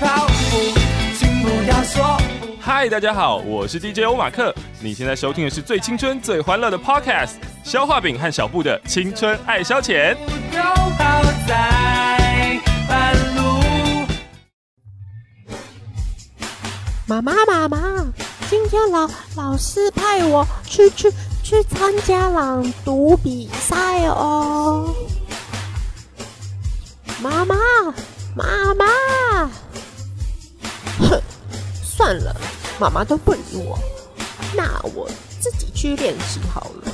跑步，请不要说不。嗨，大家好，我是 DJ 欧马克。你现在收听的是最青春、最欢乐的 Podcast，消化饼和小布的青春爱消遣。丢跑在半路。妈妈，妈妈，今天老老师派我去去去参加朗读比赛哦。妈妈，妈妈，哼，算了，妈妈都不理我，那我自己去练习好了。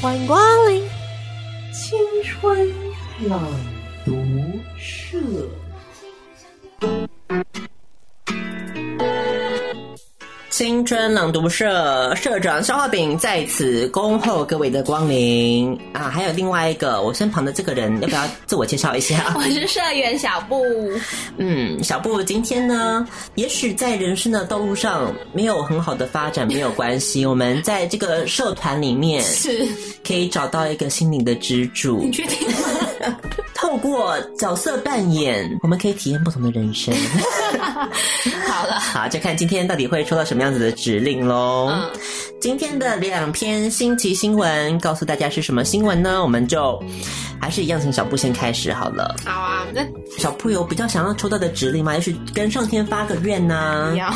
欢迎光临青春朗读社。青春朗读社社长肖化饼在此恭候各位的光临啊！还有另外一个，我身旁的这个人，要不要自我介绍一下？ 我是社员小布，嗯，小布今天呢，也许在人生的道路上没有很好的发展，没有关系，我们在这个社团里面是可以找到一个心灵的支柱你。确定吗？透过角色扮演，我们可以体验不同的人 生。好了，好，就看今天到底会收到什么样子的指令喽。嗯今天的两篇新奇新闻，告诉大家是什么新闻呢？我们就还是一样，从小布先开始好了。好啊，我们再小布有比较想要抽到的指令吗？也许跟上天发个愿呐、不 要。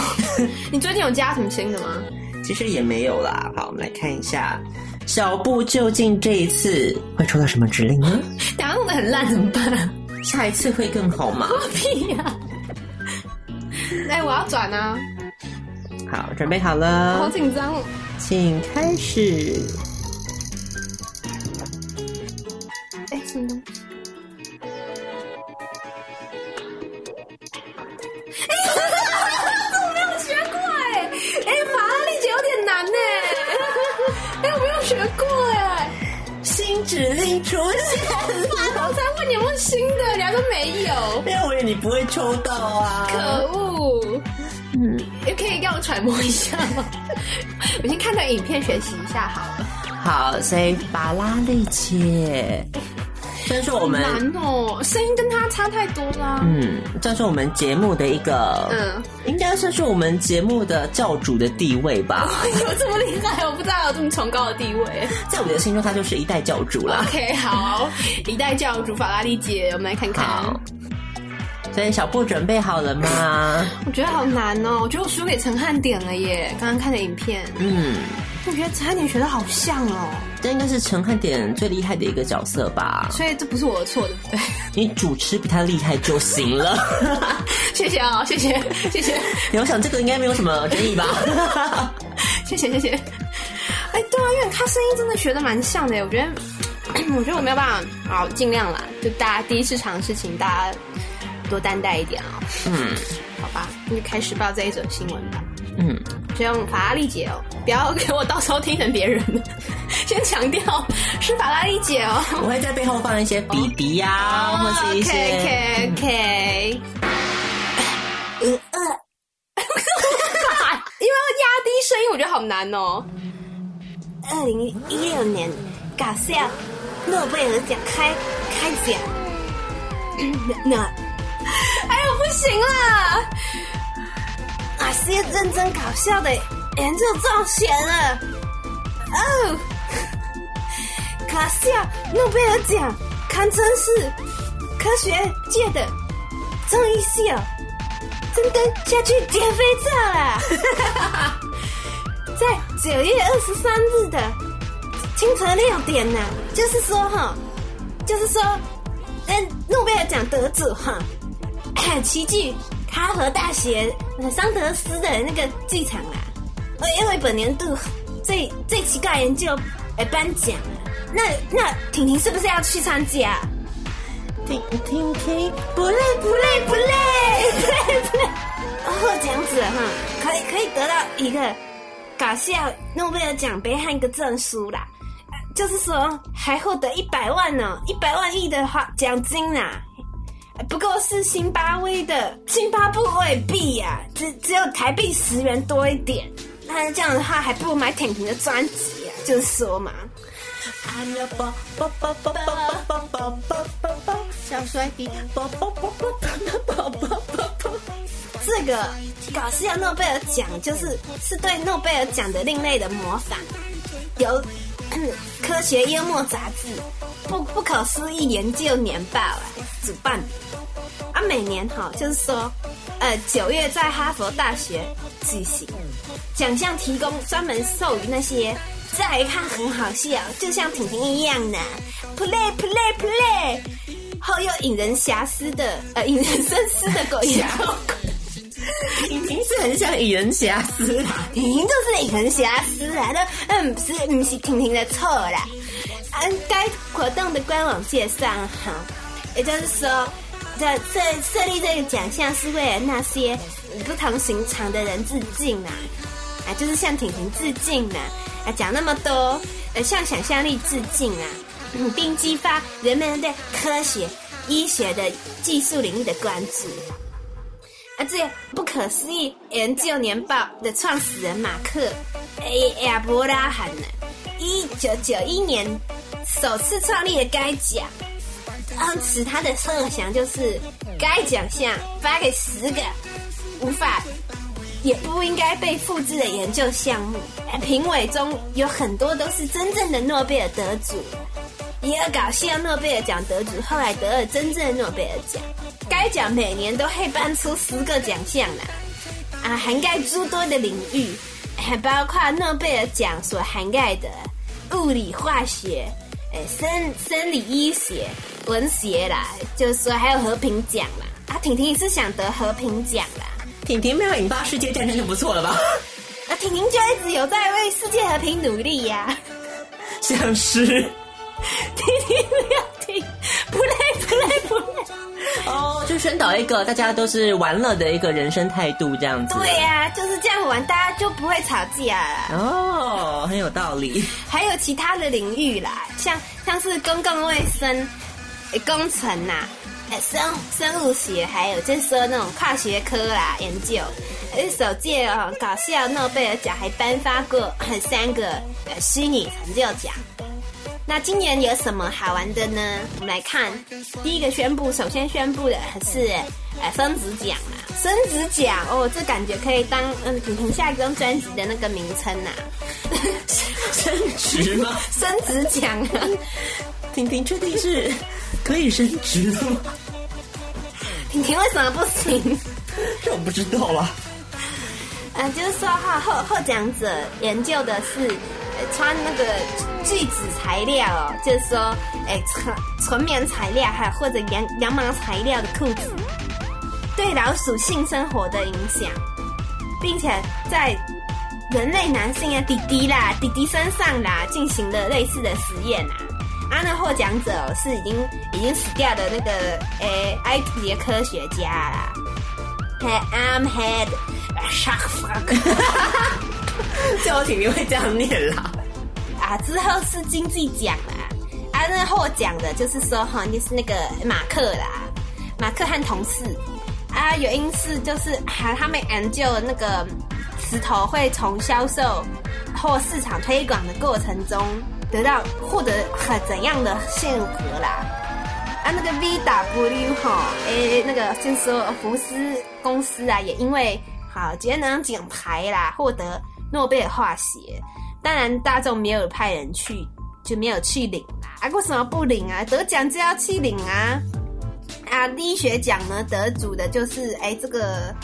你最近有加什么新的吗？其实也没有啦。好，我们来看一下，小布究竟这一次会抽到什么指令呢？等下弄得很烂怎么办？下一次会更好吗？哦屁呀、哎、我要转啊，好，准备好好了，紧张哦。请开始。哎、什么东西？哎，我没有学过哎、哎、法拉利姐有点难哎、哎、我没有学过哎、新指令出 现了，我才问你有没有新的，你还说没有， 因为我以为你不会抽到啊。可恶！嗯，可以让我揣摩一下吗？我先看段影片学习一下好了。好，所以法拉利姐，这是我们难哦，声音跟他差太多啦。嗯，这是我们节目的一个，嗯，应该算是我们节目的教主的地位吧，有哎这么厉害，我不知道有这么崇高的地位。 在我的心中她就是一代教主啦。 OK，好，一代教主法拉利姐，我们来看看。好，所以小布准备好了吗？我觉得好难哦，我觉得我输给陈汉典了耶。刚刚看的影片，嗯，我觉得陈汉典学的好像哦，这应该是陈汉典最厉害的一个角色吧？所以这不是我的错，对不对？你主持比他厉害就行了。 谢谢哦，谢 谢，谢谢。我想这个应该没有什么争议吧？谢谢谢谢。哎，对啊，因为他声音真的学的蛮像的耶，我觉得， 我觉得我没有办法，好，尽量啦，就大家第一次尝试，请大家多担待一点啊、嗯好吧，那就开始报这一则新闻吧。嗯，就用法拉利姐哦，不要给我到时候听成别人的， 先强调是法拉利姐哦。我会在背后放一些笔笔啊呀，或是一些 OK OK OK，因为要压低声音，我觉得好难哦。二零一六年，搞笑诺贝尔奖开开奖。那哎呦，不行啦！哪些啊认真搞笑的人就中选了？啊哦，搞笑诺贝尔奖堪称是科学界的综艺秀，真跟下去减肥照啦！在九月二十三日的清晨六点呢、就是说哈，就是说，嗯，诺贝尔奖得主哈， 齐聚哈佛大学呃桑德斯的那个剧场啦、呃因为本年度最最奇怪研究呃颁奖啊，那那婷婷是不是要去参加？听听听，不累不累不累不累不累， 哦获奖者哈，可以可以得到一个搞笑诺贝尔奖杯和一个证书啦，呃就是说还获得一百万呢、一百万亿的花奖金啦。呃不过是津巴威的津巴布韦币呀、只只有台币十元多一点。但是这样的话，还不如买婷婷的专辑啊，就是说嘛。小帅弟，宝宝宝宝宝宝宝，个搞笑诺贝尔奖，就是是对诺贝尔奖的另类的模仿，由科学幽默杂志不不可思议研究年报啊主办啊，每年哈、就是说，呃，九月在哈佛大学举行，奖项提供专门授予那些乍一看很好笑，就像婷婷一样的 play play play，后又引人遐思的呃引人深思的啊狗研究。婷婷是很想引人遐思啦。婷婷就是引人遐思啊，那嗯不是不是婷婷的错啦。按该活动的官网介绍哈，也就是说，这设设立这个奖项是为了那些不同寻常的人致敬啦、啊，就是向婷婷致敬啦、啊，讲那么多，呃，向想象力致敬啊，嗯并激发人们对科学、医学的技术领域的关注。啊，这个不可思议研究年报的创始人马克·亚伯拉罕呢，一九九一年首次创立了该奖，因此他的设想就是该奖项发给十个无法也不应该被复制的研究项目。呃评委中有很多都是真正的诺贝尔得主，也有搞笑诺贝尔奖得主，后来得了真正的诺贝尔奖。该奖每年都会颁出十个奖项啦，啊，涵盖诸多的领域，啊还包括诺贝尔奖所涵盖的物理、化学、呃生生理医学、文学啦，就是说还有和平奖啦。啊，婷婷也是想得和平奖啦。婷婷没有引发世界战争就不错了吧？ 啊，婷婷就一直有在为世界和平努力呀、像是婷婷不要 停，不累不累不累。哦，就宣导一个大家都是玩乐的一个人生态度这样子。对呀、就是这样玩，大家就不会吵架啦。哦，很有道理。还有其他的领域啦，像像是公共卫生、呃工程呐、呃生生物学，还有就是说那种跨学科啦研究。呃，首届哦搞笑诺贝尔奖还颁发过呃三个呃虚拟成就奖。那今年有什么好玩的呢？我们来看，第一个宣布，首先宣布的是，呃，升职奖啦，升职奖哦，这感觉可以当嗯，婷婷下一张专辑的那个名称啊呐、 升职吗？升职奖啊， 婷婷确定是 可以升职的吗？婷婷为什么不行？这我不知道啊 啦。呃，就是说哈，后后讲者研究的是、呃、穿那个聚酯材料、哦，就是说，哎、纯纯棉材料还有或者羊羊毛材料的裤子，对老鼠性生活的影响，并且在人类男性啊的弟弟啦、弟弟身上啦进行了类似的实验啦。啊，那获奖者、哦、是已经已经死掉的那个诶、埃及的科学家啦。Hey, I'm head shark fuck 最后婷婷会这样念啦。啊，之后是经济奖啦，啊，那获奖的就是说哈，就是那个马克啦，马克和同事啊，原因是就是啊，他们研究那个石头会从销售或市场推广的过程中得到获得很怎样的现果啦。啊，那个 VW 哈，诶、那个就是说福斯公司啊，也因为好节能奖牌啦，获得诺贝尔化学。当然，大众没有派人去，就没有去领啦。啊，为什么不领啊？得奖就要去领啊！啊，第一学奖呢，得主的就是诶、这个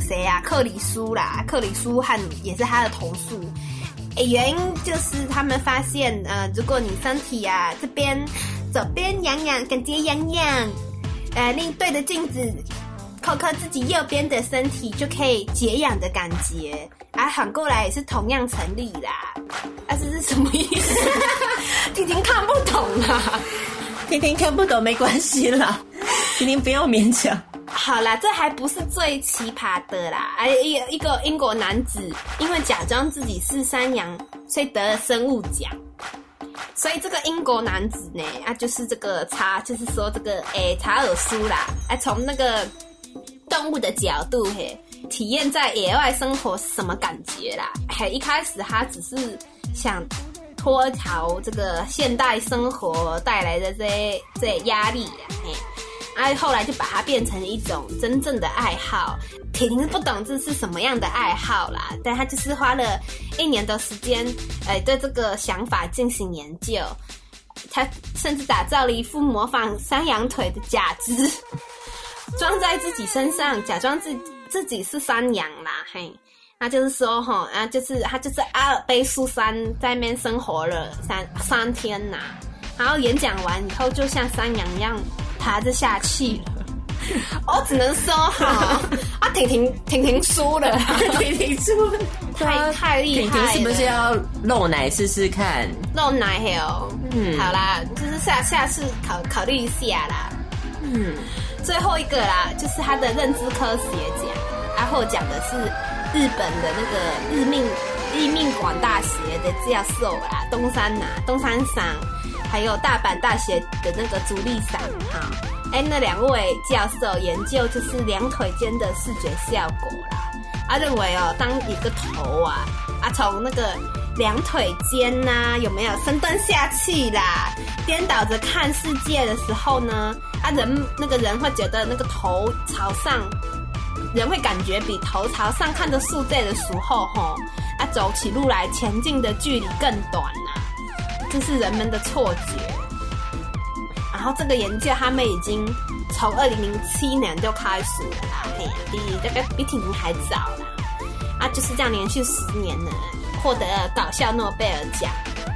谁呀、克里苏啦，克里苏汉也是他的同事。诶，原因就是他们发现，呃，如果你身体啊这边左边痒痒，感觉痒痒，呃，另对着镜子扣扣自己右边的身体，就可以解痒的感觉。啊，反过来也是同样成立啦。啊，这是什么意思？婷婷看不懂啦。婷婷看不懂没关系啦，婷婷不用勉强。好啦，这还不是最奇葩的啦！哎，一一个英国男子因为假装自己是山羊，所以得了生物奖。所以这个英国男子呢，啊，就是这个查，就是说这个诶、查尔苏啦，啊，从那个动物的角度嘿，体验在野外生活是什么感觉啦？嘿，一开始他只是想脱逃这个现代生活带来的这些这些压力啦，嘿。哎、啊后来就把它变成一种真正的爱好。婷婷是不懂这是什么样的爱好啦，但她就是花了一年的时间，哎，对这个想法进行研究。她甚至打造了一副模仿山羊腿的假肢，装在自己身上，假装自自己是山羊啦，嘿。那就是说哈，啊，就是他就是阿尔卑斯山在那边生活了三三天呐、然后演讲完以后就像山羊一样爬着下去 了。我只能说 哈，啊，婷婷婷婷输了，婷婷是不是太太厉婷婷害了，是不是要露奶试试看？露奶嘿哦？嗯好啦，就是下下次考考虑一下啦。嗯，最后一个啦，就是他的认知科学奖，他获奖的是日本的那个日命日命馆大学的教授啦，东山呐、东山赏，还有大阪大学的那个竹立赏哈。哎，那两位教授研究就是两腿间的视觉效果啦。他认为哦，当一个头啊啊从那个两腿间呐、有没有深蹲下去啦，颠倒着看世界的时候呢，啊人那个人会觉得那个头朝上，人会感觉比头朝上看着世界的时候吼，啊走起路来前进的距离更短呐、这是人们的错觉。然后这个研究他们已经从二零零七年就开始了啦，嘿呀，比这个比婷婷还早啦，啊，就是这样连续十年呢获得了搞笑诺贝尔奖，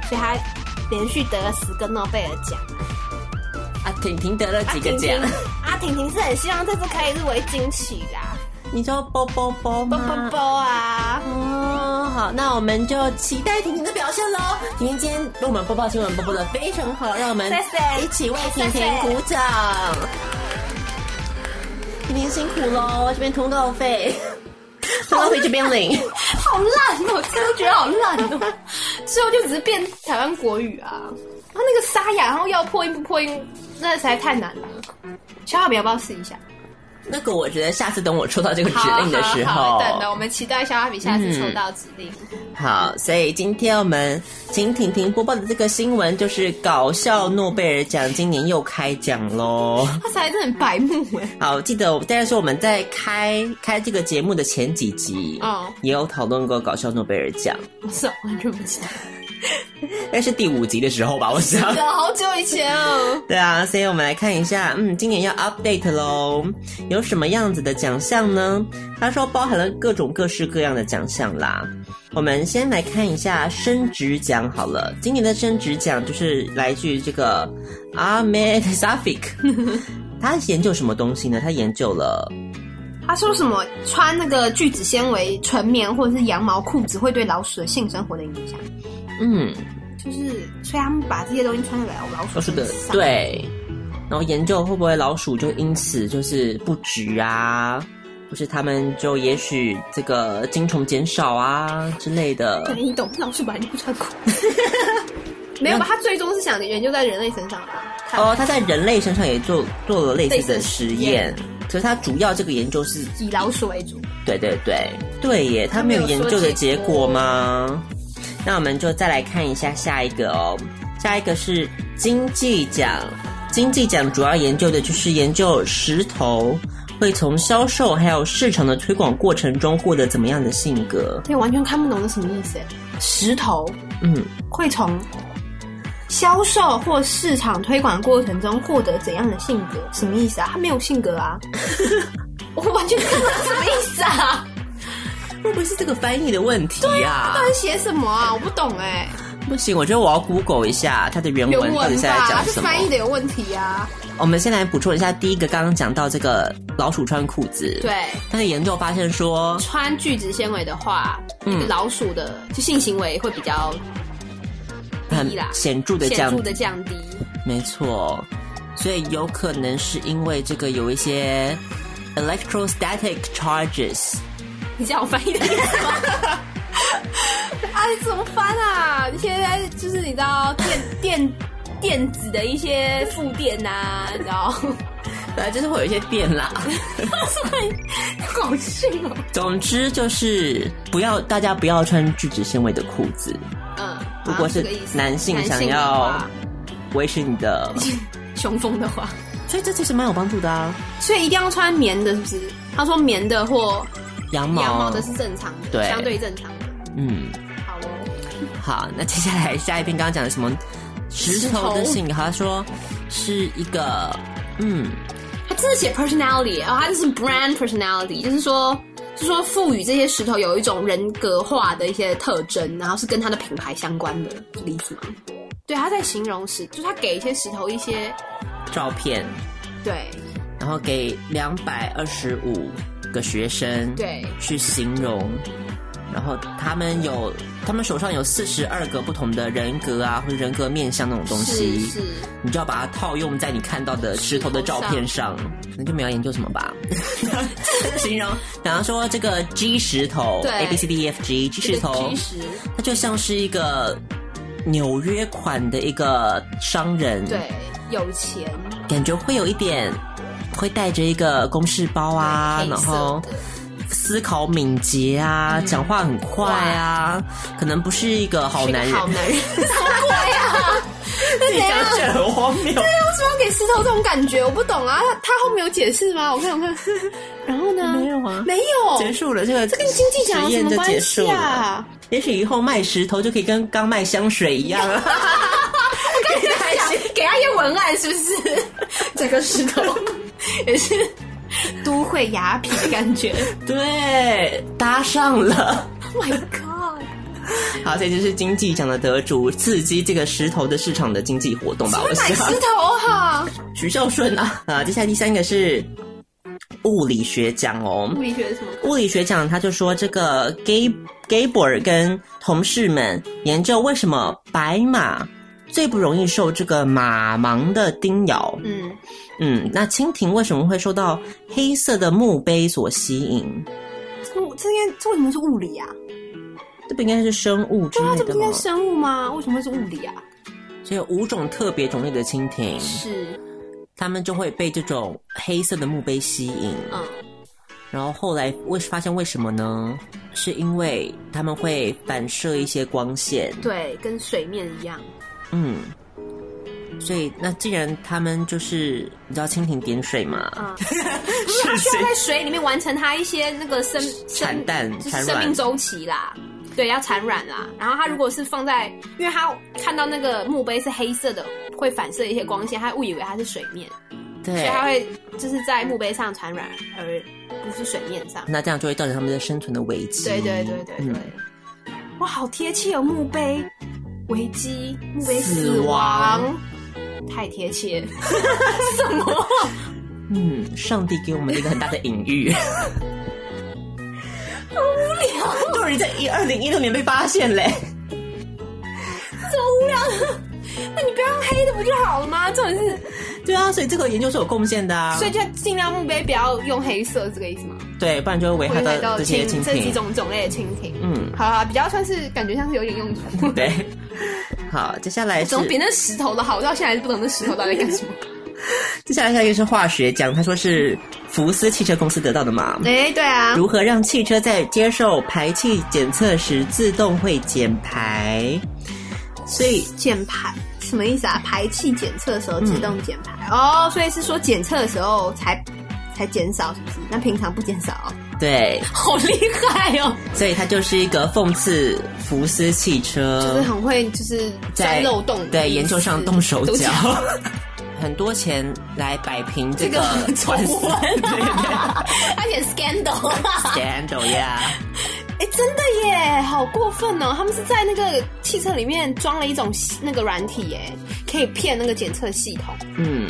所以他连续得了十个诺贝尔奖。啊，婷婷得了几个奖？啊，婷婷是很希望这次可以入围金曲啦，你说啵啵啵啵吗？啵啵啊！哦，好，那我们就期待婷婷的表现喽。婷婷今天为我们播报新闻播报的非常好，让我们谢谢一起为婷谢婷谢鼓掌。婷婷辛苦喽，这边通告费，通告费这边领。 好烂哦，真的觉得好烂哦。 最后就只是变台湾国语啊，他那个沙哑，然后要破音不破音，那实在太难了。小浩明要不要试一下？那个我觉得下次等我抽到这个指令的时好好候，嗯好等等，我们期待小浩比下次抽到指令。好，所以今天我们请婷婷播报的这个新闻就是搞笑诺贝尔奖今年又开奖喽。他才真的很白目 哎，好，记得我当然说我们在开开这个节目的前几集，哦也有讨论过搞笑诺贝尔奖，我是完全不 知道，那是第五集的时候吧，我 想。真的好久以前哦。对啊，所以我们来看一下，嗯，今年要 update 喽，有什么样子的奖项呢？他说包含了各种各式各样的奖项啦。我们先来看一下升职奖好了，今年的升职奖就是来自于这个 Ahmed Safik，他研究什么东西呢？他研究了他说什么穿那个聚酯纤维纯棉或者是羊毛裤子会对老鼠的性生活的影响，嗯，就是所以他们把这些东西穿在老鼠老鼠的身上对，然后研究会不会老鼠就因此就是不值啊，或是他们就也许这个精虫减少啊之类的对，。你懂，老鼠本来就不穿 裤。没有吧？他最终是想研究在人类身上吧？他哦，他在人类身上也做做了类似的类实似的实验验，可是他主要这个研究是，以老鼠为主，对对对对耶，他他没没有有研说究的结结果果吗？那我们就再来看一下下一个哦，下一个是经济奖。经济奖主要研究的就是研究石头会从销售还有市场的推广过程中获得怎么样的性格。对，完全看不懂是什么意思欸。石头嗯，会从销售或市场推广过程中获得怎样的性格？什么意思啊？他没有性格啊！ 我完全看不懂什么意思啊！会不会是这个翻译的问题呀、到底写什么啊？我不懂哎、不行，我觉得我要 Google 一下它的原原文到底文是在吧，讲这什么。翻译的有问题啊！我们先来补充一下第一个，刚刚讲到这个老鼠穿裤子，对，他的研究发现说，穿聚酯纤维的话，嗯那个老鼠的就性行为会比较很低啦显著的显降著的降低。没错，所以有可能是因为这个有一些 electrostatic charges。你这样我翻译的意思吗？ 啊，你怎么翻啊？你现在就是你知道电电电子的一些负电呐、啊，你 知道？对，就是会有一些电啦。好逊哦。 总之就是不要，大家不要穿聚酯纤维的裤子。嗯，如果啊这是 个意思男性男想的要话维持你的，啊雄风的话， 所以这其实蛮有帮助的啊，所以一定要穿棉的，是不是？他说棉的或羊毛，羊毛的是正常的，对相对正常的。嗯，好哦，好，那接下来下一篇刚刚讲的什么石头的信，他说是一个嗯他真的写 personality 哦，他这是 brand personality，就是说，就是说赋予这些石头有一种人格化的一些特征，然后是跟他的品牌相关的，这个意思吗？对，他在形容石，就是他给一些石头一些照片，对然后给两百二十五个学生对去形容，然后他们有他们手上有四十二个不同的人格啊，或者人格面向那种东是西，是，你就要把它套用在你看到的石头的照片上，那就没有研究什么 吧。形容，然后说这个 G 石头对，A B C D E F G G 这石个头基，石，它就像是一个纽约款的一个商人，对，有钱感觉会有一点会带着一个公事包啊，对然黑色后的嗯思考敏捷啊，讲话很快啊，可能不是一个好男人是个。好 男人，什么鬼啊？那怎自己样讲？起来很荒谬。为什么要给石头这种感觉？我不懂啊，他他后面有解释吗？我看我看， 然后呢？没有啊没有，结束了，这个这跟经济奖有实什验么就结关束系了。啊？也许以后卖石头就可以跟刚卖香水一样 啊。给他想给他一些文案，是不 是？整个石头也是都会雅痞的感 觉。对，搭上了。 Oh my god！好，这就是经济奖的得主，刺激这个石头的市场的经济活动吧。我买希望石头哦哈，徐孝顺啊啊，接下来第三个是物理学奖哦。物理学是什么？物理学奖，他就说这个 Gay Gaber 跟同事们研究为什么白马最不容易受这个马盲的叮咬。嗯，嗯，那蜻蜓为什么会受到黑色的墓碑所吸引？物这应该这为什么是物理啊？这不应该是生物之对啊，类这不的应吗该？生物吗？为什么会是物理啊？所以有五种特别种类的蜻蜓，是，它们就会被这种黑色的墓碑吸引。嗯，然后后来为发现为什么呢？是因为它们会反射一些光线。对，跟水面一样。嗯，所以那既然它们就是你知道蜻蜓点水嘛，嗯是需要在水里面完成它一些那个生生产蛋就是产生命卵周期啦。对，要产卵啦。然后它如果是放在，因为它看到那个墓碑是黑色的，会反射一些光线，它误以为它是水面，所以对，它会就是啊在墓碑上产卵，而不是水面上。那这样就会造成它们的生存的危机。对对对对对，嗯哇，好贴切哦！墓碑危机，墓碑死死亡亡太贴切， 什 么？嗯，上帝给我们一个很大的隐 喻。好无聊，都已经在一二零一六年被发现嘞。 这么无聊的，那你不要用黑的不就好了吗？重点是，对啊，所以这个研究是有贡献的啊。所以就尽量墓碑不要用黑色，这个意思吗？对，不然就会危害会到到这些蜻这几蜓。种种类的蜻蜓。嗯，好啊，比较算是感觉像是有点用处，对。好，接下来是总比那石头的好。我到现在还是不懂那石头到底干什么。接下来下一个是化学奖，他说是福斯汽车公司得到的嘛？ 哎、对啊，如何让汽车在接受排气检测时自动会减排？所以减排什么意思啊？排气检测的时候自动减排、哦，所以是说检测的时候才才减少，是不是？那平常不减少哦、对， 好厉害哦！所以它就是一个讽刺福斯汽 就是车很会就是在钻漏洞的意思，对研究上动手都脚 讲，很多钱来摆平这 这个个丑官司闻 对对对， 而且 scandal，啊，scandal 呀，哎、真的耶，好过分哦！他们是在那个汽车里面装了一种那个软体耶，可以骗那个检测系统。嗯，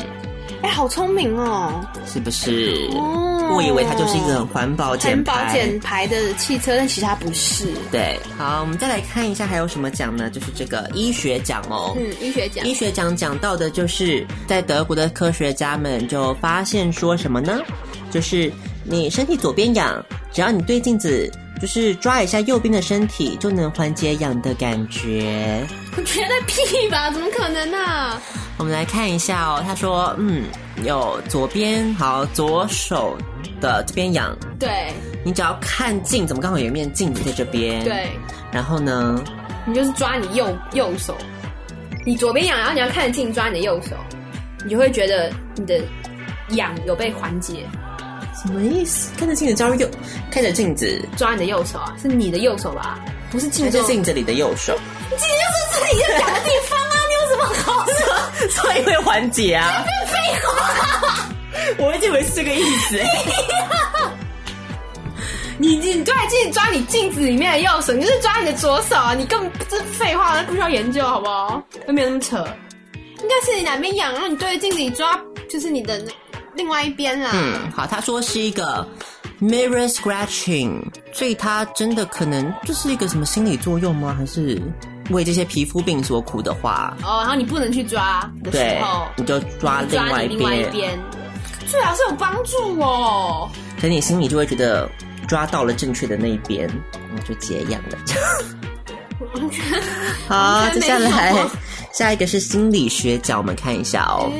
哎、好聪明哦！是不是？哦误以为它就是一个很环保减环保排。减排的汽车，但其实它不是。对，好，我们再来看一下还有什么奖呢？就是这个医学奖哦。嗯，医学 奖医学奖讲到的就是在德国的科学家们就发现说什么呢？就是你身体左边痒，只要你对镜子就是抓一下右边的身体，就能缓解痒的感觉。我觉得屁吧？怎么可能呢、啊？我们来看一下哦，他说，嗯，有左边好左手的这边痒，对你只要看镜，怎么刚好有一面镜子在这边？。对，然后呢，你就是抓你右右啊手，你左边痒，然后你要看得近抓你的右手，你就会觉得你的痒有被缓解。什么意思？看着镜子，交右，看着镜子，抓你的右手啊，是你的右手吧？不是还镜是子，镜子里哦的右手，这就是这里要讲的地方啊！你有什么好说？所以会缓解啊。废话， 我一直以为是这个意思、你你对，就是抓你镜子里面的右手，你就是抓你的左手啊！你根本不这废话，那不需要研究，好不好？又没有那么扯，应该是你哪边痒，然后你对着镜子里抓，就是你的另外一边啊。嗯，好，他说是一个 mirror scratching，所以他真的可能就是一个什么心理作用吗？还是为这些皮肤病所苦的话，哦，然后你不能去抓的时对候，，你就抓另抓外你一另外一边，边，最好是有帮助哦。可你心里就会觉得抓到了正确的那一边，你就解痒 了。 好，接下没来有下一个是心理学家，我们看一下哦。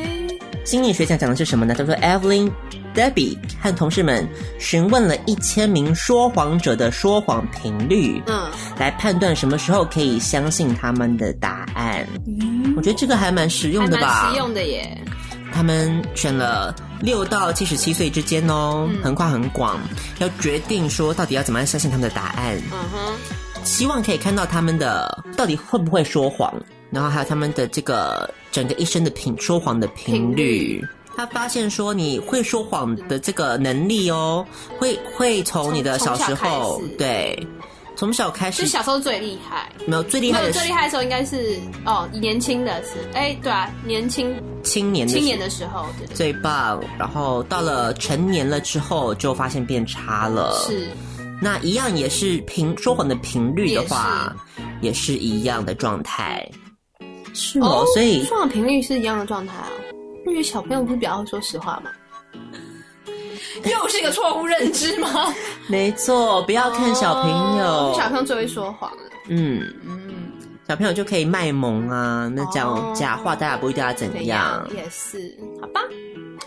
心理学家讲的是什么呢？叫做 Evelyn Debbie 和同事们询问了一千名说谎者的说谎频率，嗯，来判断什么时候可以相信他们的答案。我觉得这个还蛮实用嗯还的蛮吧实。用的耶。他们选了六到七十七岁之间哦，嗯横跨很广，要决定说到底要怎么样相信他们的答案。嗯哼，希望可以看到他们的到底会不会说谎，然后还有他们的这个整个一生的频说谎的频频率。他发现说，你会说谎的这个能力哦，会会从你的小从时从小开候始对，从小开就始是小时候最厉害。没有最厉没害有的最厉是害的时候应该是哦，年轻的时，哎、对啊，年轻青年的时青年的时候，对对最棒，然后到了成年了之后就发现变差了。是，那一样也是频说谎的频率的话，也是一样的状态。是哦，所以说谎频率是一样的状态啊。因为小朋友不是比较会说实话吗？ 又是一个错误认知吗？没错，不要看小朋友，哦小朋友最会说谎了。嗯，嗯，小朋友就可以卖萌啊，那讲、哦假话，大家不会对他怎怎样样。也是，好吧？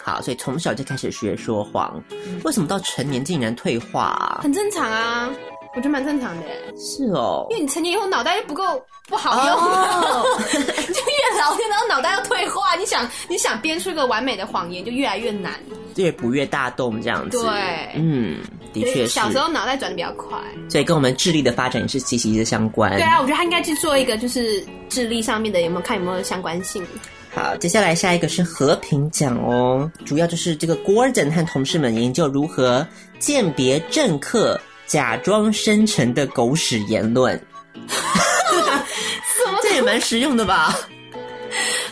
好，所以从小就开始学说谎，为什么到成年竟然退化、啊？嗯很正常啊，我觉得蛮正常的耶，是哦，因为你成年以后脑袋就不够不好用啊。哦， 就越老，然后脑袋要退化。你想，你想编出一个完美的谎言，就越来越难。越补越大洞这样子。对嗯，的确是。嗯小时候脑袋转的比较快。所以跟我们智力的发展也是息息相关。对啊，我觉得他应该去做一个，就是智力上面的有没有看有没有相关性。好，接下来下一个是和平奖哦，主要就是这个 Gordon 和同事们研究如何鉴别政客假装深沉的狗屎言论，什么？这也蛮实用的吧？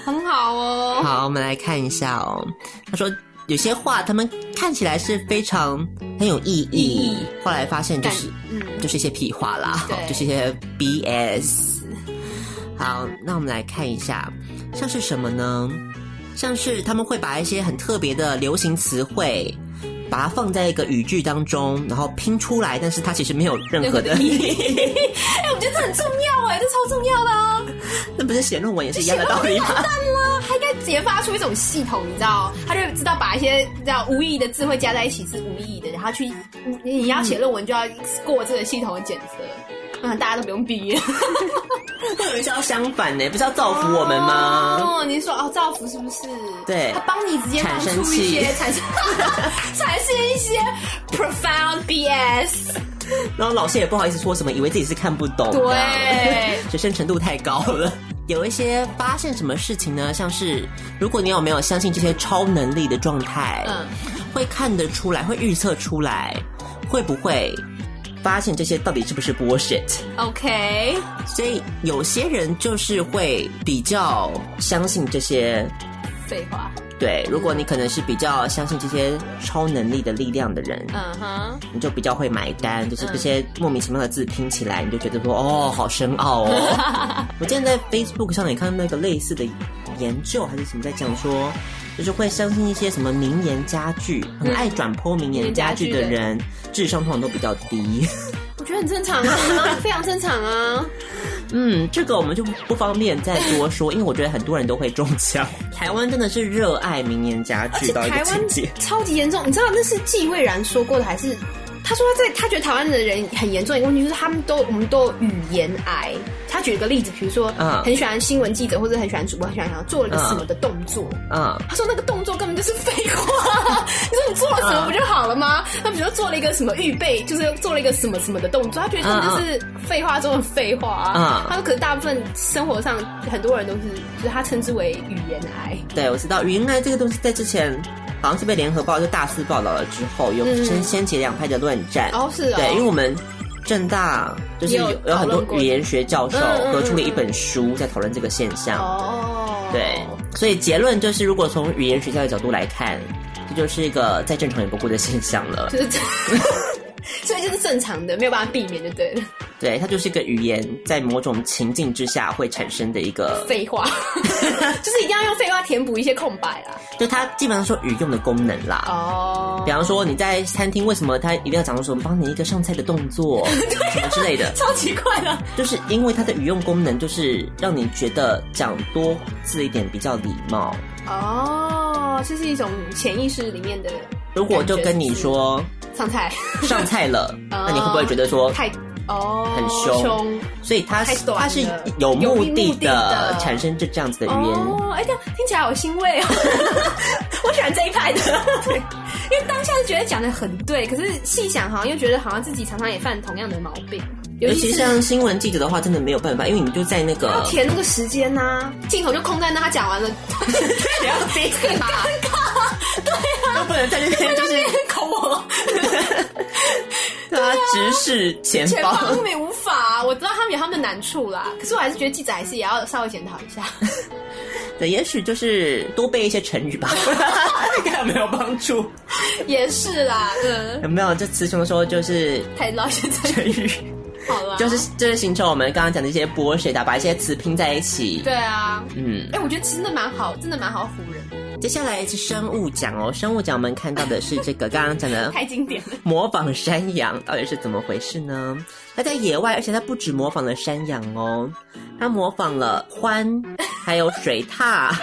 很好哦。好，我们来看一下哦。他说有些话他们看起来是非常很有意义，后来发现就是嗯，就是一些屁话啦对，就是一些 BS。好，那我们来看一下，像是什么呢？像是他们会把一些很特别的流行词汇，把它放在一个语句当中，然后拼出来，但是它其实没有任 何的任何的意义。哎、我觉得这很重要哎，这超重要的啊！ 那不是写论文也是一样的道理 吗？他应该解发出一种系统，你知道，他就知道把一些你知道无意义的字汇加在一起是无意义的，然后去你你要写论文就要过这个系统的检 测，嗯，大家都不用毕业。那有人是要相反呢，不是要造福我们吗？哦，你说哦，造福是不是？对他帮你直接放出一些产生 产生一些 profound BS，然后老师也不好意思说什么，以为自己是看不懂。对，学生程度太高了。 有一些发现什么事情呢？像是如果你有没有相信这些超能力的状态，嗯，会看得出来，会预测出来，会不会发现这些到底是不是 bullshit？ ，OK，所以有些人就是会比较相信这些。废话，对，如果你可能是比较相信这些超能力的力量的人，嗯哼，你就比较会买嗯单，就是这些莫名其妙的字拼起来，你就觉得说哦，好深奥 哦。我之前在 Facebook 上也看到那个类似的研究还是什么，在讲说，就是会相信一些什么名言佳句，很爱转播名言佳句的人，智商通常都比较低。我觉得很正常 啊，非常正常啊。嗯， 这个我们就不方便再多说，因为我觉得很多人都会中 枪。台湾真的是热爱名言佳而句且到一台个境湾界。超级严重，你知道那是纪蔚然说过的，还是他说他在他觉得台湾的人很严重一个问题，就是他们都我们都有语言癌。他举一个例子，比如说嗯很喜欢新闻记者或者很喜欢主播，很喜欢做了个什么的动作，嗯他说那个动作根本就是废话， 你说你做了什么不就好了吗？嗯他比如说做了一个什么预备，就是做了一个什么什么的动作，他觉得他们就是废话中的废话啊嗯。他说可是大部分生活上很多人都是，就是他称之为语言癌。对，我知道云爱这个东西在之前好像是被联合报就大肆报道了之后，有嗯先掀起两派的论战。哦，是哦，对，因为我们正大就是也有有有很讨多论过语言学教授嗯嗯嗯合出了一本书在讨论这个现象。哦，嗯对，所以结论就是，如果从语言学校的角度来看，这就是一个再正常也不过的现象了。就是这， 所以就是正常的，没有办法避免就对了。对，它就是一个语言在某种情境之下会产生的一个，废话，就是一定要用废话填补一些空白啦。就它基本上说语用的功能啦。哦比，方说你在餐厅，为什么他一定要讲说帮你一个上菜的动 作什么之类的？超奇怪的，就是因为它的语用功能，就是让你觉得讲多字一点比较礼貌。哦，这是一种潜意识里面的如果就跟你说上菜上菜 了，哦那你会不会觉得说？太哦很凶所以它太是短了它是有目有的目的的的产生这这样子的语言。哦，哎，这样听起来好欣慰 哦，我喜欢这一派 的，因为当下是觉得讲的很对，可是细想好像又觉得好像自己常常也犯同样的毛病，尤尤其其是像新闻记者的话，真的没有办法，因为你就在那 要个填那个时间呐、镜头就空在那，他讲完了，不要逼干 嘛？都不能在那边就是口我， 他直视前 前方。方面无法，我知道他们有他们的难处啦，可是我还是觉得记者还是也要稍微检讨一 下。对，也许就是多背一些成语吧， 应该没有帮助。也是啦，嗯，有没有？就词穷说就是太老现在成语，好了，就是就是形成我们刚刚讲的一些剥削的，把一些词拼在一起。对，啊，嗯。哎、我觉得其实真的蛮好，真的蛮好唬人的，接下来是生物奖哦，生物奖我们看到的是这个刚刚讲 的太经典了。模仿山羊，到底是怎么回事呢？它在野外，而且它不止模仿了山羊哦，它模仿了獾，还有水獭、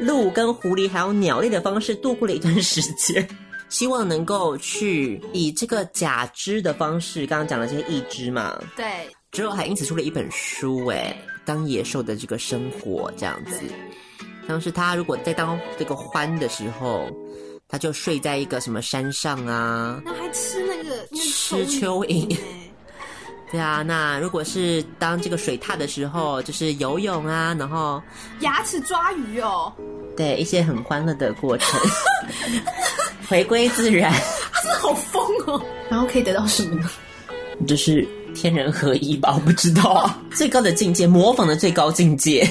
鹿跟狐狸，还有鸟类的方式度过了一段时间。 希望能够去以这个假肢的方式，刚刚讲了这些义肢嘛， 对，之后还因此出了一本书，哎，当野兽的这个生活这样子。像是他如果在当这个獾的时候，他就睡在一个什么山上啊，那还吃那个哎吃蚯蚓。对啊，那如果是当这个水獭的时候，就是游泳啊，然后牙齿抓鱼哦，对一些很欢乐的过 程，回归自然，真的好疯哦。然后可以得到什么呢？就是天人合一吧？我不知道，最高的境界，模仿的最高境界，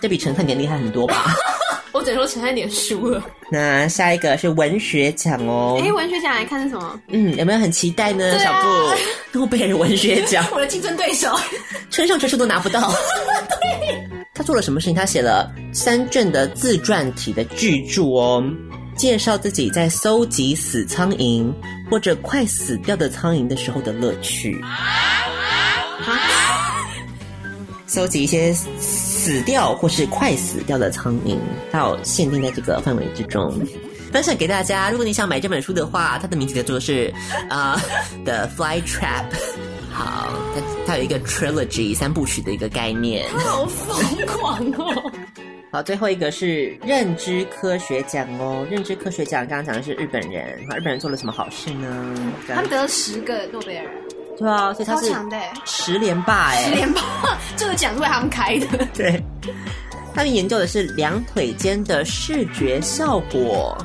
这比陈汉典厉害很多 吧？我只能说陈汉典输了。那下一个是文学奖哦哎、，文学奖来看是什么？嗯，有没有很期待呢？对小啊布，诺贝尔文学奖，我的竞争对手。村上春树都拿不到。他做了什么事情？他写了三卷的自传体的巨著哦，介绍自己在搜集死苍蝇或者快死掉的苍蝇的时候的乐趣。搜集一些死掉或是快死掉的苍蝇，到限定在这个范围之中。分享给大家，如果你想买这本书的话，它的名字叫做是啊、呃 The Fly Trap。好，它它有一个 trilogy 三部曲的一个概念。 好疯狂 哦！好，最后一个是认知科学奖哦。认知科学奖刚刚讲的是日本人，好，日本人做了什么好事呢？他们得了十个诺贝尔，对啊，所以他超是强的欸十连霸哎，十连霸，这个奖是为他们开的。 对，他们研究的是两腿间的视觉效果。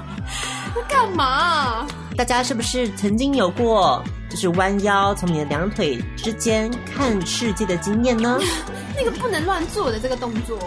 干嘛啊、大家是不是曾经有过就是弯腰从你的两腿之间看世界的经验 呢？那个不能乱做的这个动作，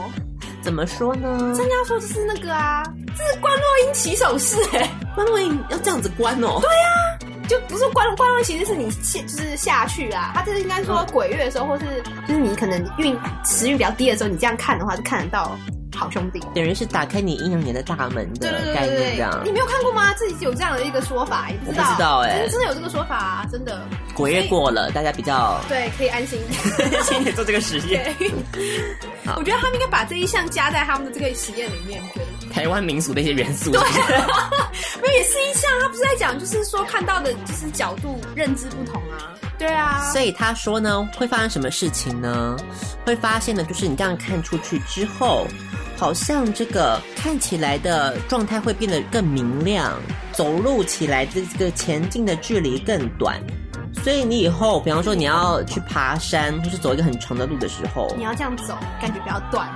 怎么说呢？专家说就是那个啊，这是关洛英起手式哎、关洛影要这样子关哦。对，就不是关关洛英其实是你下就是下去啊，他这是应该说鬼月的时候，或是就是你可能运时运比较低的时候，你这样看的话是看得到好兄弟。等于是打开你阴阳眼的大门的对对概对念对这样对，你。没有看过吗？自己有这样的一个说法，也不知道，哎我不知道欸真的真的有这个说法、啊，真的，鬼月过了，大家比较对，可以安 心。 先得做这个实验，对，我觉得他们应该把这一项加在他们的这个实验里面，觉得台湾民俗的一些元素。对，没有也是一项，他不是在讲，就是说看到的就是角度认知不同啊。对啊， 所以他说呢，会发生什么事情呢？会发现呢，就是你这样看出去之后，好像这个看起来的状态会变得更明亮，走路起来的这个前进的距离更短。所以你以后，比方说你要去爬山，或是走一个很长的路的时候，你要这样走，感觉比较短。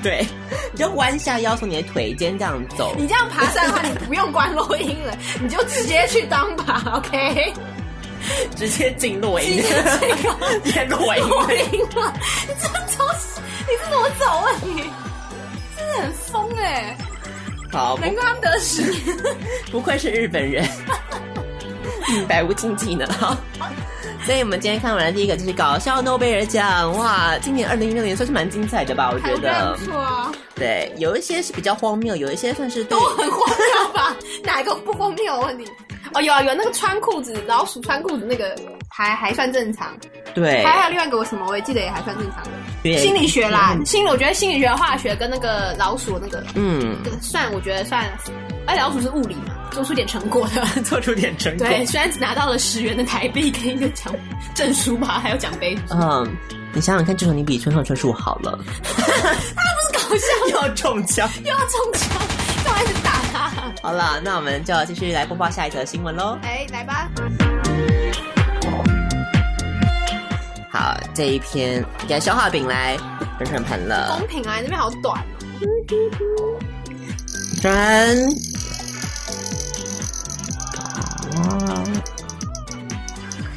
对，你就弯下腰，从你的腿间这样 走。你这样爬山的话，你不用关录音了，你就直接去当吧，OK？直接进落音， 直接 落音。录音了，你这走，你这怎么走啊你？真的很疯哎、好，不难怪他们得十年。不愧是日本人， 嗯，百无禁忌呢。好所以我们今天看完了第一个就是搞笑诺贝尔奖，哇，今年二零一六年算是蛮精彩的吧，我觉得不。错啊，对，有一些是比较荒谬，有一些算是对都。很荒谬吧？哪一个不荒谬？我问你。哦，有啊有啊那个穿裤子老鼠穿裤子那个还还算正常， 对，还有另外一个我什么我也记得也还算正常的对心理学啦，心理我觉得心理学、化学跟那个老鼠那个嗯， 这个算我觉得算，哎老鼠是物理嘛，做出点成果 的。做出点成果。对，虽然只拿到了十元的台币跟一个奖证书吧，还有奖杯，啊嗯，你想想看，至少你比村上春树好了。搞笑要中枪。又要中奖，干嘛一直打他？ 好了，那我们就继续来播报下一则新闻喽。哎，来吧，好，这一篇给消化饼来转转盘了。公平啊，你那边好短哦。转。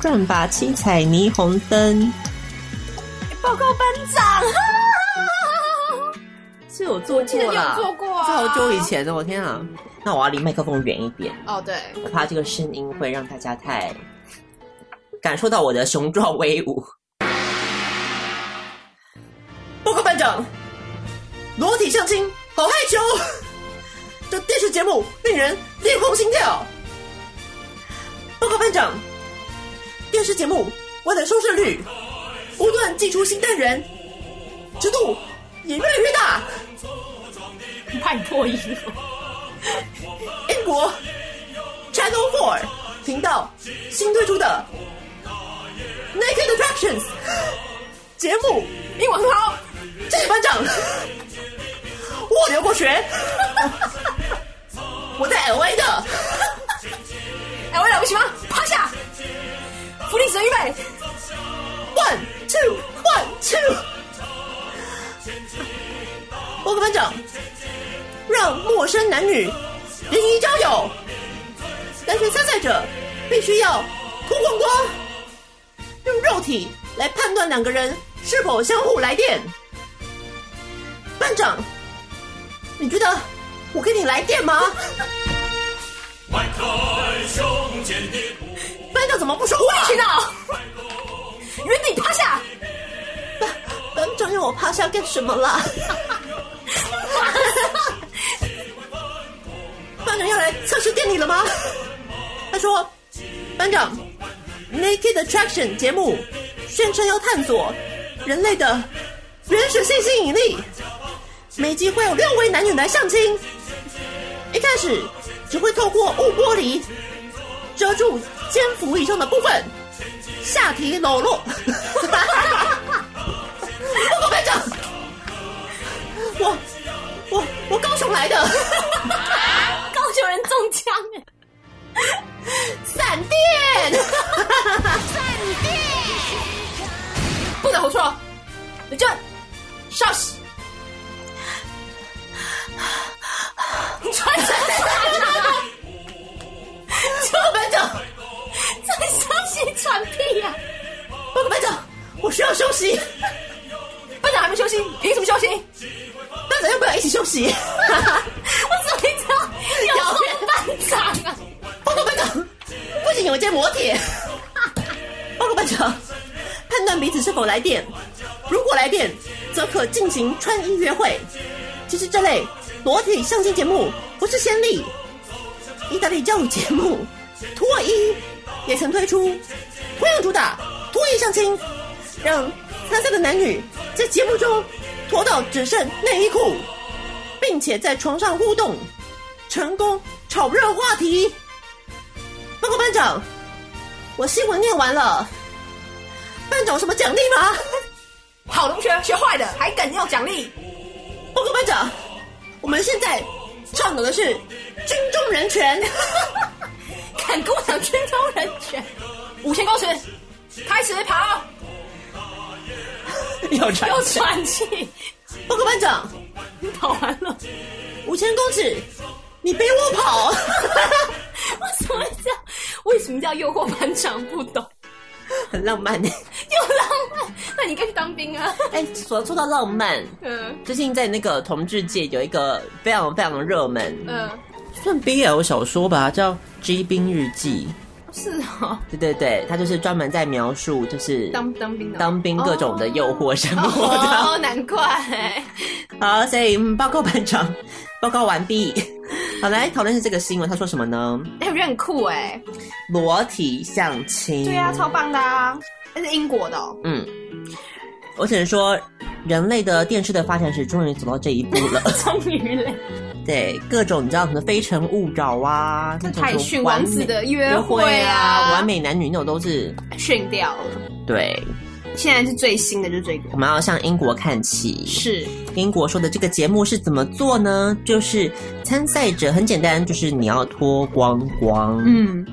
转吧，七彩霓虹灯。报告班长， 是有做记得你有做过啊这好久以前的，我天啊！那我要离麦克风远一点，哦对，我怕这个声音会让大家太感受到我的雄壮威武。 报告班长，裸体相亲好害羞，这电视节目令人脸红心跳。报告班长，电视节目为了收视率，不断祭出新单元，尺度也越来越大。怕你破音哦。英国 Channel Four 频道新推出的 Naked Attractions 节目，英文好，谢谢班长， 我留过学， 我在 LA 的，哎，我了不起吗？趴下，福利蛇预备， one two one two。报告班长，让陌生男女联谊交友，单身参赛者必须要脱光光，用肉体来判断两个人是否相互来电。班长，你觉得我跟你来电吗？班长怎么不说话？去哪？原地趴下，班班长让我趴下干什么啦？ 班长要来测试电力了吗？他说，班长，Naked Attraction 节目宣称要探索人类的原始性吸引力，每集会有六位男女来相亲。一开始只会透过雾玻璃遮住肩幅以上的部分，下体裸露。报告班长，我我我高雄来的，高雄人中枪哎。闪电。不准胡说！你这少喜，你穿成啥了？报告班长，这少喜喘屁呀、报告班长，我需要休息，班长还没休息，凭什么休息？班长要不要一起休息？ 我怎么知道你有这班长啊？报告班长，不仅有一件磨铁。报告班长，判断彼此是否来电，如果来电，则可进行穿衣约会。其实这类裸体相亲节目不是先例，意大利教育节目脱衣也曾推出，同样主打脱衣相亲，让参赛的男女在节目中脱到只剩内衣裤，并并且在床上互动，成功炒热话题。报告班长，我新闻念完了。班长有什么奖励吗？好同学学坏了还敢要奖励？报告班长，我们现在倡导的是军中人权。敢跟我讲军中人权？五千公尺，开始跑，有传又喘气，报告班长，你跑完了， 五千公尺，你背我跑。为什么叫为什么叫诱惑班长？不懂，很浪漫呢。 又浪漫，那你应该去当兵啊。哎，说说到浪漫，嗯最近在那个同志界有一个非常非常热门，嗯，算 BL 小说吧，叫《追兵日记是哦，》。对对对，它就是专门在描述就是当当兵的当兵各种的诱惑生活的。哦，难怪。好，所以嗯报告班长， 报告完毕。好，来讨论一下这个新闻，他说什么呢？哎，我觉得很酷哎。裸体相亲。对啊，超棒的啊！那是英国的哦。嗯，我只能说，人类的电视的发展史终于走到这一步 了。 终于嘞，对，各种你知道什么《非诚勿扰》啊，这那种海什巡么完王美子的约约会会啊，完美美男女那种都是训掉了。对。现在是最新的，就是这个我。们要向英国看齐。是，英国说的这个节目是怎么做呢？就是参赛者很简单，就是你要脱光光。，嗯，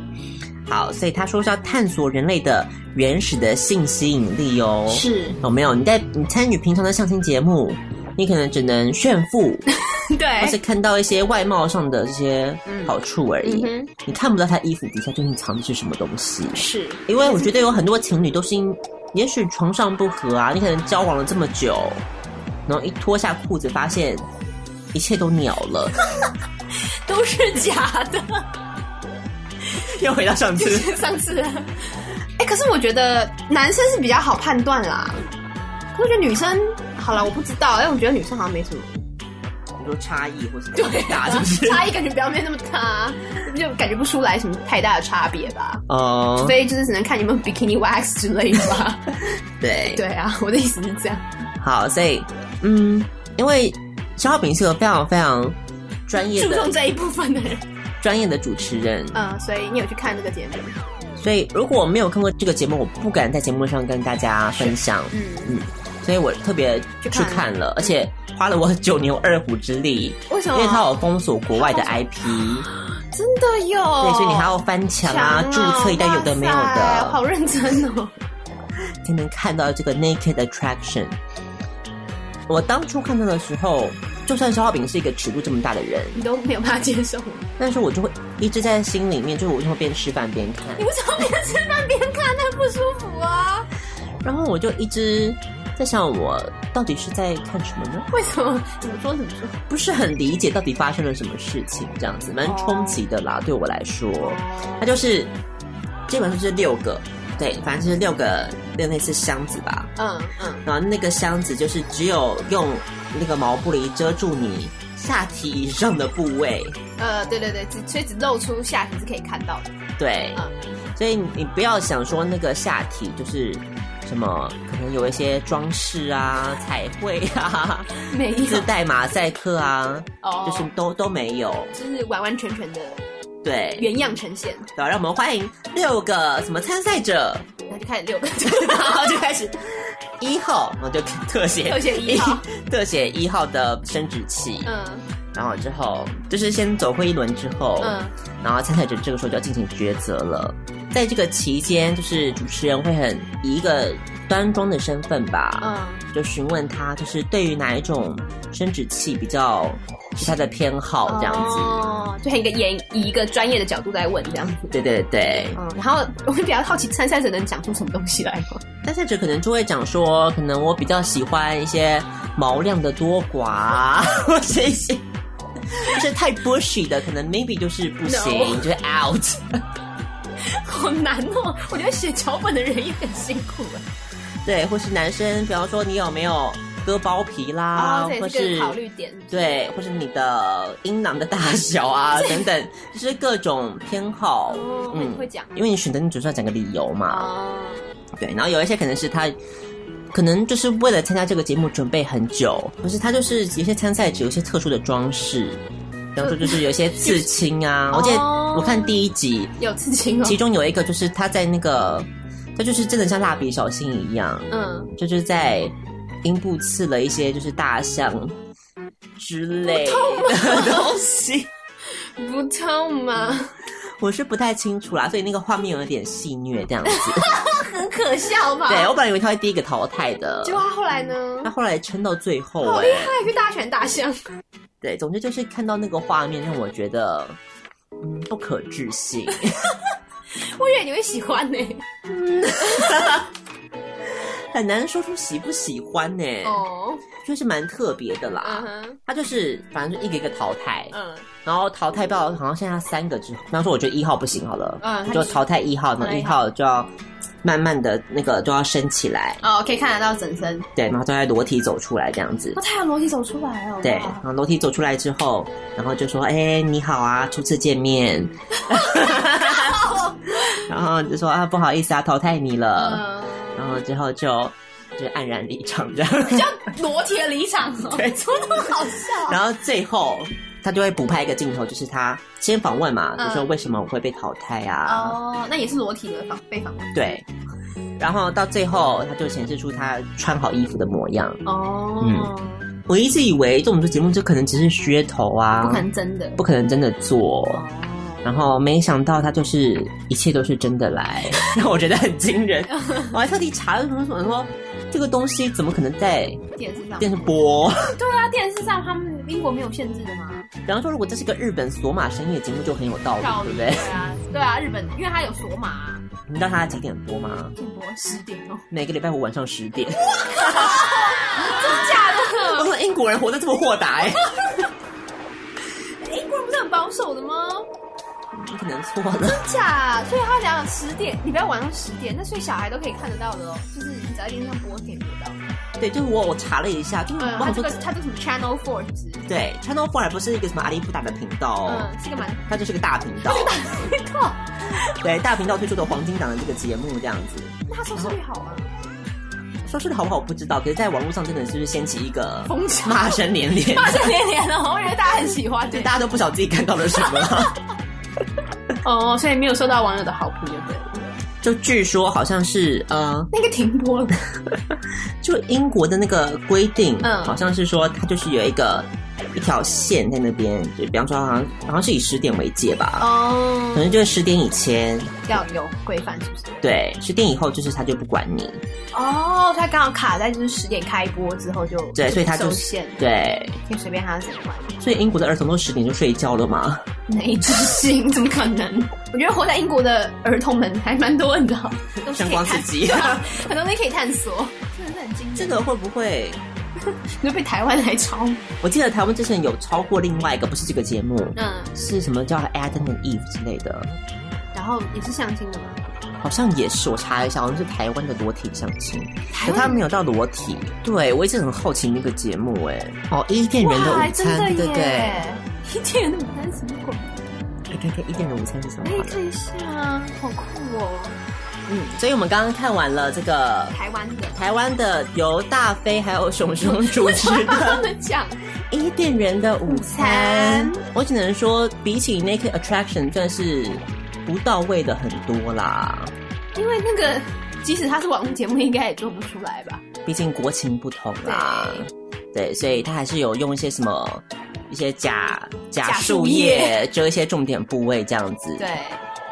好，所以他说是要探索人类的原始的性吸引力哦。是，有没有？你在你参与平常的相亲节目，你可能只能炫富，或是对，看到一些外貌上的这些嗯好处而已。嗯你看不到他衣服底下究竟藏的是什么东西。是，因为我觉得有很多情侣都是因，也许床上不和啊，你可能交往了这么久，然后一脱下裤子发现一切都鸟 了，都是假 的。又回到上次。上次，哎、可是我觉得男生是比较好判断啦。可是我觉得女生，好了，我不知道，哎，我觉得女生好像没什么，很多差异或是对啊打是不 是？差异感觉表面那么大，就感觉不出来什么太大的差别吧。哦所，以就是只能看你们 bikini wax 之类的吧。对，对啊，我的意思是这样。好，所以嗯，因为肖浩炳是个非常非常专业注的重这一部分的人。专业的主持人，嗯，所以你有去看这个节目？所以如果我没有看过这个节目，我不敢在节目上跟大家分享。嗯，所以我特别去去看看了，而且花了我九牛二虎之力，为什因么？为它有封锁国外的它 IP，真的有，对，所以你还要翻墙啊、哦强注册一堆有的没有哇塞的，好认真哦。才能看到这个 Naked Attraction。我当初看到的时候，就算肖浩炳是一个尺度这么大的人，你都没有办法接受，你但是我就会一直在心里面，就是我就会边吃饭边看，为什么边吃饭边看？那不舒服啊！然后我就一直在想，我到底是在看什么呢？为什么？怎么说？怎么说？不是很理解到底发生了什么事情，这样子蛮冲击的啦。对我来说，它就是基本上就是六个，对，反正就是六个那类似箱子吧。嗯嗯，然后那个箱子就是只有用那个毛布里遮住你下体以上的部位，呃，对对对，只所以只露出下体是可以看到的。嗯对，所以你不要想说那个下体就是什么，可能有一些装饰啊、彩绘 啊、没有，自带马赛克啊，哦就是都都没有，就是完完全全的对，原样呈现。好，让我们欢迎六个什么参赛者，然后就开始六个，然后就开始一号，我就特写特写一号， 特写一号的生殖器，嗯然后之后就是先走过一轮之后，嗯，然后参赛者这个时候就要进行抉择了。在这个期间，就是主持人会很以一个端庄的身份吧，嗯，就询问他，就是对于哪一种生殖器比较是他的偏好这样子。哦，就很一个演以一个专业的角度在问这样子。对对对，嗯，然后我会比较好奇参赛者能讲出什么东西来吗？ 参赛者可能就会讲说，可能我比较喜欢一些毛量的多寡，或者一些就是太 bushy 的，可能 maybe 就是不行 No 就是 out。好难哦，我觉得写脚本的人也很辛苦哎。对，或是男生，比方说你有没有割包皮啦，哦这也或是个是考虑点。对，或是你的阴囊的大小 啊等等，就是各种偏好嗯哦。会会讲因为你选择你总是要讲个理由嘛。哦，对，然后有一些可能是他可能就是为了参加这个节目准备很久，不是他就是有些参赛者有些特殊的装饰，比方说 就是有一些刺青啊。我记得我哦看第一集，有刺青哦其。中有一个就是他在那个，他就是真的像蜡笔小新一样，嗯，就是在阴部刺了一些就是大象之类的东西，不痛吗？我是不太清楚啦，所以那个画面有点戏虐 这样子。很可笑吧？对我本来以为他会第一个淘汰的，结果他后来呢？那后来撑到最后、好哎，厉害，去大选大象。对，总之就是看到那个画面让我觉得，嗯，不可置信。 我以为你会喜欢呢、很难说出喜不喜欢呢、 哦，就是蛮特别的嗯啦。哼，他就是反正就一个一个淘汰，嗯，然后淘汰到好像剩下三个之后，比方说我觉得一号不行好了，嗯他就就淘汰一号，淘那汰一一号就要慢慢的那个就要升起来，哦，可以看得到整身。对，然后再裸体走出来这样子哦，。他有裸体走出来哦。对，哇然后楼梯走出来之后，然后就说：“哎、你好啊，初次见 面。”然后就说：“啊，不好意思啊，淘汰你了。嗯，然后之后就就黯然离场这 样。裸体的离场哦， 怎么那么好笑啊？然后最后他就会补拍一个镜头，就是他先访问嘛，就说嗯为什么我会被淘汰啊？哦，那也是裸体的访被访问。对。然后到最后，他就显示出他穿好衣服的模样。哦，我一直以为这种节目就可能只是噱头啊，不可能真的。不可能真的做。哦，然后没想到他就是一切都是真的 来，让我觉得很惊人。我还特地查了什么什么说，这个东西怎么可能在电视上，电视播？ 对啊，电视上他们英国没有限制的吗？比方说，如果这是个日本索马深夜节目，就很有道理，道对理不对对？ 啊，对啊，日本因为它有索马，你知道他几点播吗？电波十点哦，每个礼拜五晚上十点。 真假的？我说英国人活得这么豁达、 哎，英国人不是很保守的吗？你可能错了。真假？所以他讲十点，你不要晚上十点，那所以小孩都可以看得到的哦，就是你只要电视上播可以播到。对，就是我我查了一下，就是嗯，我他想这说个，他这个什么 Channel Four 是不是？对，Channel Four 还不是一个什么阿里不达的频道、哦，嗯，是个蛮哦它就是个大频道，靠，对，大频道推出的黄金档的这个节目这样子。那他收视率好 啊，说是好不好我不知道，可是在网络上真的就是掀起一个风潮骂声连连，骂声连连哦，我以为大家很喜欢就对大家都不晓得自己看到了什么。 哦，所以没有受到网友的好评，对不对？就据说好像是呃，那个停播 了，就英国的那个规定，嗯好像是说它就是有一个一条线在那边，就比方说好像好像是以十点为界吧，可哦，能就是十点以前，要有规范是不是？对，十点以后就是他就不管你，哦，他刚好卡在就是十点开播之后就对，所以他就受是限，，对，可以随便他怎么 玩。所以英国的儿童都十点就睡觉了嘛，没自信，怎么可能？我觉得活在英国的儿童们还蛮多，你知道，都是可相以关探刺激。 很多东西可以探索，真的是很惊这人。个会不会？你就被台湾来抄，我记得台湾之前有超过另外一个，不是这个节目，嗯，是什么叫 Adam and Eve 之类的，然后也是相亲的吗？好像也是我查一下，好像是台湾的裸体相亲，台可湾他没有到裸体。对，我一直很好奇那个节目、哎，哦，伊甸人的哇，午啊哎真餐，的对耶！对哎对，一天的午餐什么 鬼？你看看伊甸人午餐是什么可以好了？看一下，好酷哦！嗯，所以我们刚刚看完了这个台湾的，台湾的由大飞还有熊熊主持他的们讲《伊甸人的午餐午餐》，我只能说，比起 Naked Attraction，真的是不到位的很多啦。因为那个，即使它是网络节目，应该也做不出来吧？毕竟国情不同啦，对，所以他还是有用一些什么一些假假假树树叶叶遮一些重点部位这样子。对，，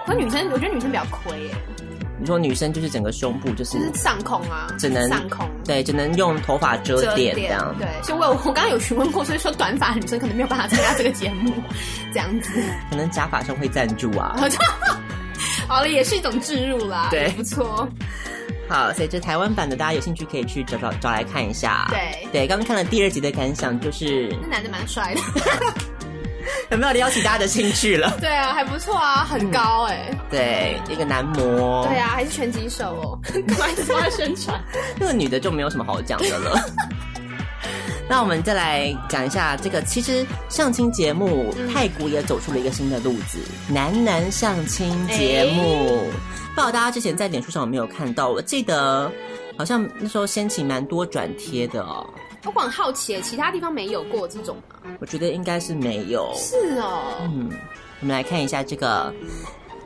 那女生，我觉得女生比较亏耶，你说女生就是整个胸部就是就是上空啊，只能上空，对，只能用头发遮遮点这样。对，所以我有我刚刚有询问过，所以说短发女生可能没有办法参加这个节目， 这样子，可能假发上会赞助啊。嗯好了，也是一种置入啦，对也不错，好，所以这台湾版的大家有兴趣可以去找找找来看一下。对对，刚刚看了第二集的感想就是那男的蛮帅的，有没有撩起大家的兴趣了？对啊，还不错啊，很高哎、 对，一个男模，对，啊，还是拳击手哦， 干嘛一直帮他宣传？那个女的就没有什么好讲的了。那我们再来讲一下这个，其实相亲节目、泰国也走出了一个新的路子，男男相亲节目。不知道大家之前在脸书上有没有看到？我记得好像那时候掀起蛮多转贴的哦。 我很好奇耶，其他地方没有过这种吗？我觉得应该是没有。是哦，嗯，我们来看一下这个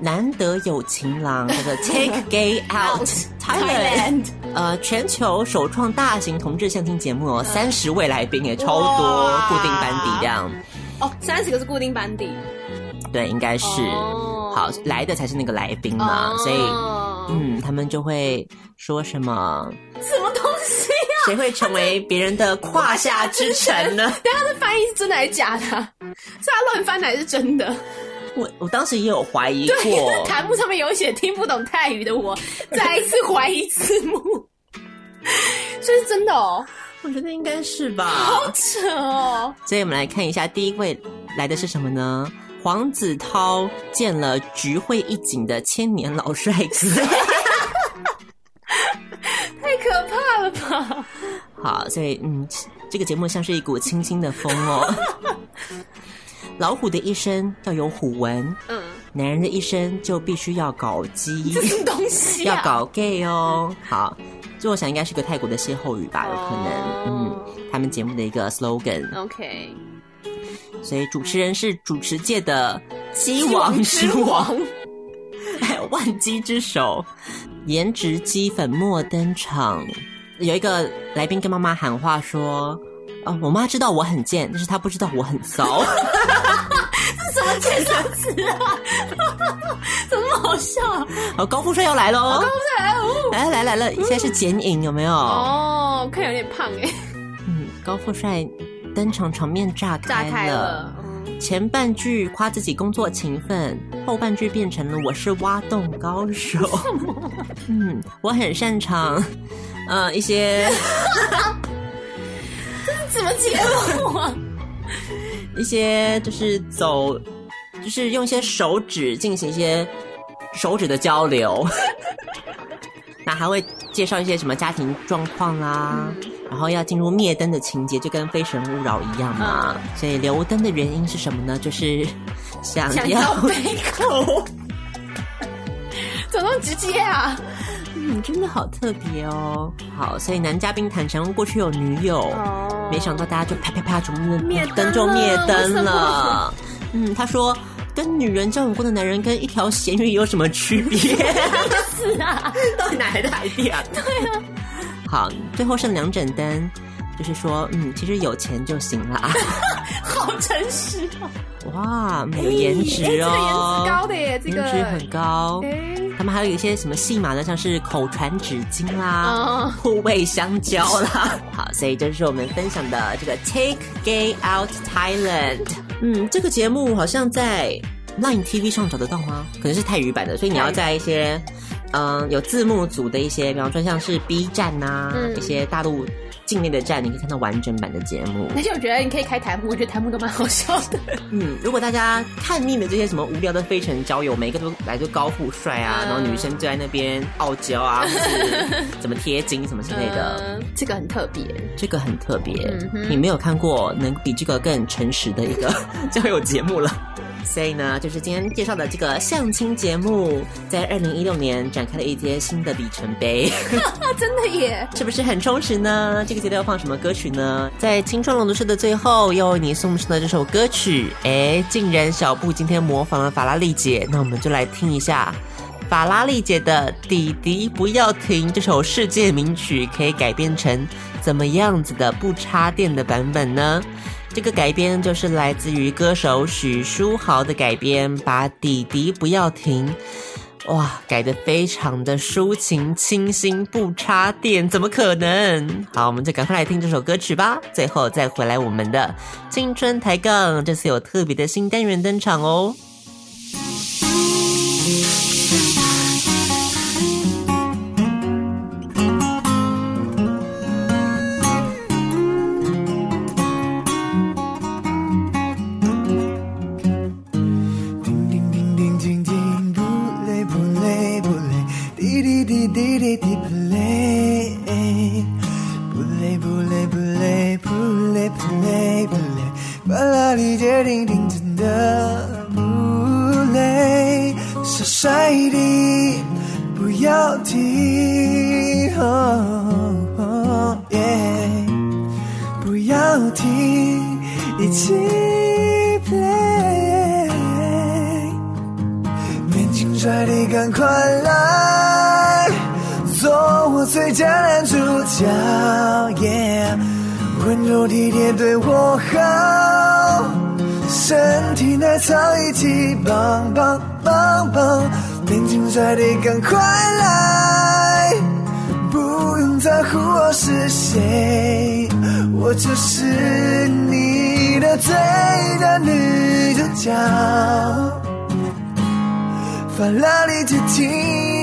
难得有情郎，这个 Take Gay Out Thailand，呃，全球首创大型同志相亲节目哦，嗯三十位来宾也超多哇，固定班底这样，哦，三十个是固定班底，对，应该是哦好来的才是那个来宾嘛，所以以嗯，他们就会说什么？哦什么东西啊？谁会成为别人的胯下之臣呢？等一下这啊翻译是真的还是假的啊？ 是他乱翻的还是真的？ 我我当时也有怀疑对，因为过， 弹幕上面有写听不懂泰语的我，再一次怀疑字幕， 所以是真的哦，我觉得应该是吧。好扯哦，所以我们来看一下第一位来的是什么呢？黄子韬见了菊会一景的千年老帅 哥。太可怕了吧！好，所以嗯，这个节目像是一股清新的风 哦。老虎的一生要有虎纹，嗯，男人的一生就必须要搞基。这什么东西、啊？要搞 gay 哦。好，这我想应该是个泰国的歇后语吧，有可能，哦嗯，他们节目的一个 slogan。 OK，所以主持人是主持界的鸡王之王，哎，万鸡之首，颜值鸡粉末登场。有一个来宾跟妈妈喊话说：“哦，我妈知道我很贱，但是她不知道我很骚。什么介绍词啊？怎么那么好笑啊？”好，高富帅要来喽！哎不然哦来了来了来了，现在是剪影有没有？哦，看有点胖哎，嗯，高富帅登场，场面炸炸开开了。前半句夸自己工作勤奋，后半句变成了我是挖洞高 手。嗯，我很擅长，呃，一些 怎么节目 啊？一些就是走，就是用一些手指进行一些手指的交流。 那还会介绍一些什么家庭状况啦，嗯然后要进入灭灯的情节，就跟《非诚勿扰》一样嘛。嗯所以留灯的原因是什么呢？就是想想要要杯口， 怎么那么直接啊？嗯，真的好特别哦。好，所以男嘉宾坦诚过去有女友，哦没想到大家就啪啪啪，全部灭灭灯灯就灭了灯为什了 么。嗯，他说跟女人交往过的男人跟一条咸鱼有什么区别？是啊， 到底哪来的 idea？对啊。好，最后剩两盏灯，就是说，嗯，其实有钱就行 啦。好诚实哦。哇，嗯有颜值哦，哎这个颜值高的耶这个颜值很高。哎他们还有一些什么戏码呢，像是口传纸巾啦哦、护卫香蕉啦。 好，所以这是我们分享的这个 Take Gay Out Thailand。嗯，这个节目好像在 Line TV 上找得到吗？可能是泰语版的，所以你要在一些嗯有字幕组的一些，比方说像是 B 站呐、嗯一些大陆境内的站，你可以看到完整版的节目。而且我觉得你可以开弹幕，我觉得弹幕都蛮好笑的。嗯，如果大家看腻了这些什么无聊的非诚交友，每个都来就高富帅啊，嗯然后女生就在那边傲娇 啊，或是怎么贴金什么之类的，嗯，这个很特别。这个很特别。嗯哼你没有看过能比这个更诚实的一个 交友节目了。 所以呢，就是今天介绍的这个相亲节目，在二零一六年展开了一些新的里程碑。啊，真的耶！是不是很充实呢？这个阶段要放什么歌曲呢？在青春朗读社的最后，又为你送上的这首歌曲，哎，竟然小布今天模仿了法拉利姐，那我们就来听一下法拉利姐的《弟弟不要停》这首世界名曲，可以改编成怎么样子的不插电的版本呢？这个改编就是来自于歌手许书豪的改编，把《弟弟不要停》哇，改的非常的抒情清新，不插电，怎么可能？好，我们就赶快来听这首歌曲吧。最后再回来我们的青春抬杠，这次有特别的新单元登场哦。叮叮叮叮叮叮，不累不累不累，滴滴滴滴滴滴不累，不累不累不累不累不累不累，法拉利姐叮叮真的不累，傻帅的不要停。哦听，一起 play。年轻帅你赶快来，做我最佳男主角，yeah。温柔体贴对我好，身体奶草一起棒棒棒棒。年轻帅你赶快来，不用在乎我是谁，我就是你的最佳女主角。法拉利之厅。